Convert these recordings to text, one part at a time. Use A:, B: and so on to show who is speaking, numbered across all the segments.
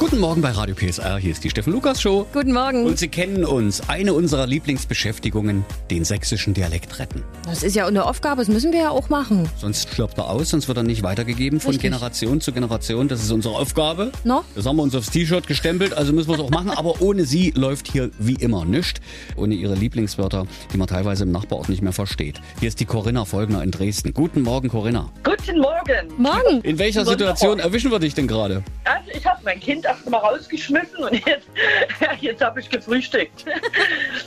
A: Guten Morgen bei Radio PSR, hier ist die Steffen Lukas Show.
B: Guten Morgen.
A: Und Sie kennen uns, eine unserer Lieblingsbeschäftigungen, den sächsischen Dialekt retten.
B: Das ist ja eine Aufgabe, das müssen wir ja auch machen.
A: Sonst stirbt er aus, sonst wird er nicht weitergegeben von
B: Richtig.
A: Generation zu Generation. Das ist unsere Aufgabe.
B: No?
A: Das haben wir uns aufs T-Shirt gestempelt, also müssen wir es auch machen. Aber ohne sie läuft hier wie immer nichts. Ohne ihre Lieblingswörter, die man teilweise im Nachbarort nicht mehr versteht. Hier ist die Corinna Folgner in Dresden. Guten Morgen, Corinna.
C: Guten Morgen.
B: Morgen.
A: In welcher
C: Wunderbar.
A: Situation erwischen wir dich denn gerade?
C: Also ich habe mein Kind erst mal rausgeschmissen und jetzt, jetzt habe ich gefrühstückt.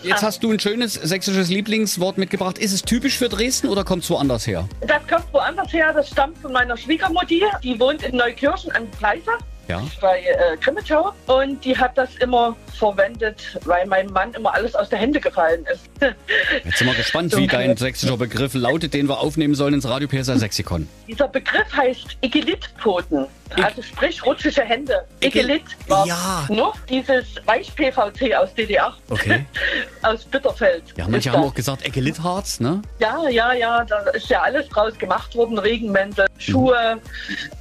A: Jetzt hast du ein schönes sächsisches Lieblingswort mitgebracht. Ist es typisch für Dresden oder kommt es woanders her?
C: Das kommt woanders her, das stammt von meiner Schwiegermutti. Die wohnt in Neukirchen an Pleißer
A: Ja.
C: bei äh, Grimmitschau und die hat das immer verwendet, weil meinem Mann immer alles aus der Hände gefallen ist.
A: Jetzt sind wir gespannt, wie dein sächsischer Begriff lautet, den wir aufnehmen sollen ins Radio PSR Sexikon.
C: Dieser Begriff heißt Igelitpfoten, also sprich rutschige Hände.
A: Igel-
C: Igelit war
A: Ja.
C: nur dieses Weich-PVC aus DDR,
A: Okay.
C: aus Bitterfeld.
A: Ja, manche
C: Ist
A: haben
C: das.
A: auch gesagt Ekelitharz, ne?
C: Ja, ja, ja, da ist ja alles draus gemacht worden. Regenmäntel,
A: Mhm.
C: Schuhe,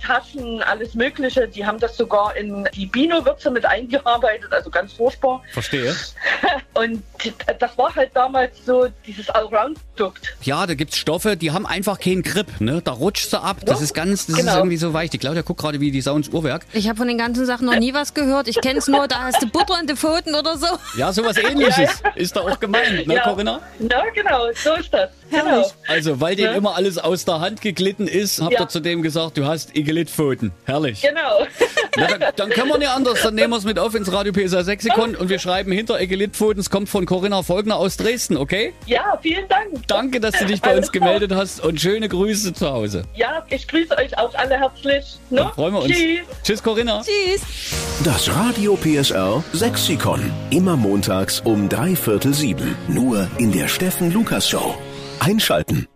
C: Taschen, alles Mögliche. Die haben das sogar in die Bino-Würze mit eingearbeitet, also ganz furchtbar.
A: Verstehe.
C: Und das war halt damals so dieses Allround-Produkt.
A: Ja, da gibt's Stoffe, die haben einfach keinen Grip, ne? Da rutscht sie ab. Das ist ganz, das ist
C: Genau.
A: irgendwie so weich. Die Claudia guckt gerade wie die Sau ins Uhrwerk.
B: Ich habe von den ganzen Sachen noch nie was gehört. Ich kenne es nur, da hast du Butter in den Pfoten oder so.
A: Ja, sowas ähnliches ist da auch gemeint, ne,
C: Ja.
A: Corinna?
C: Na genau, so ist das. Genau.
A: Also, weil dem
C: Ne?
A: immer alles aus der Hand geglitten ist, habt
C: Ja.
A: ihr zu dem gesagt, du hast Ekelitpfoten. Herrlich.
C: Genau.
A: Na, dann, dann können wir nicht anders. Dann nehmen wir es mit auf ins Radio PSR Sexikon und wir schreiben hinter Ekelitpfoten. Es kommt von Corinna Folgner aus Dresden, okay?
C: Ja, vielen Dank.
A: Danke, dass du dich bei
C: Alles
A: uns
C: klar.
A: gemeldet hast und schöne Grüße zu Hause.
C: Ja, ich grüße euch auch alle herzlich. Ne?
A: Dann freuen wir uns.
C: Tschüss.
A: Tschüss, Corinna.
B: Tschüss.
D: Das Radio PSR Sexikon. Immer montags um drei Viertel sieben. Nur in der Steffen Lukas Show. Einschalten.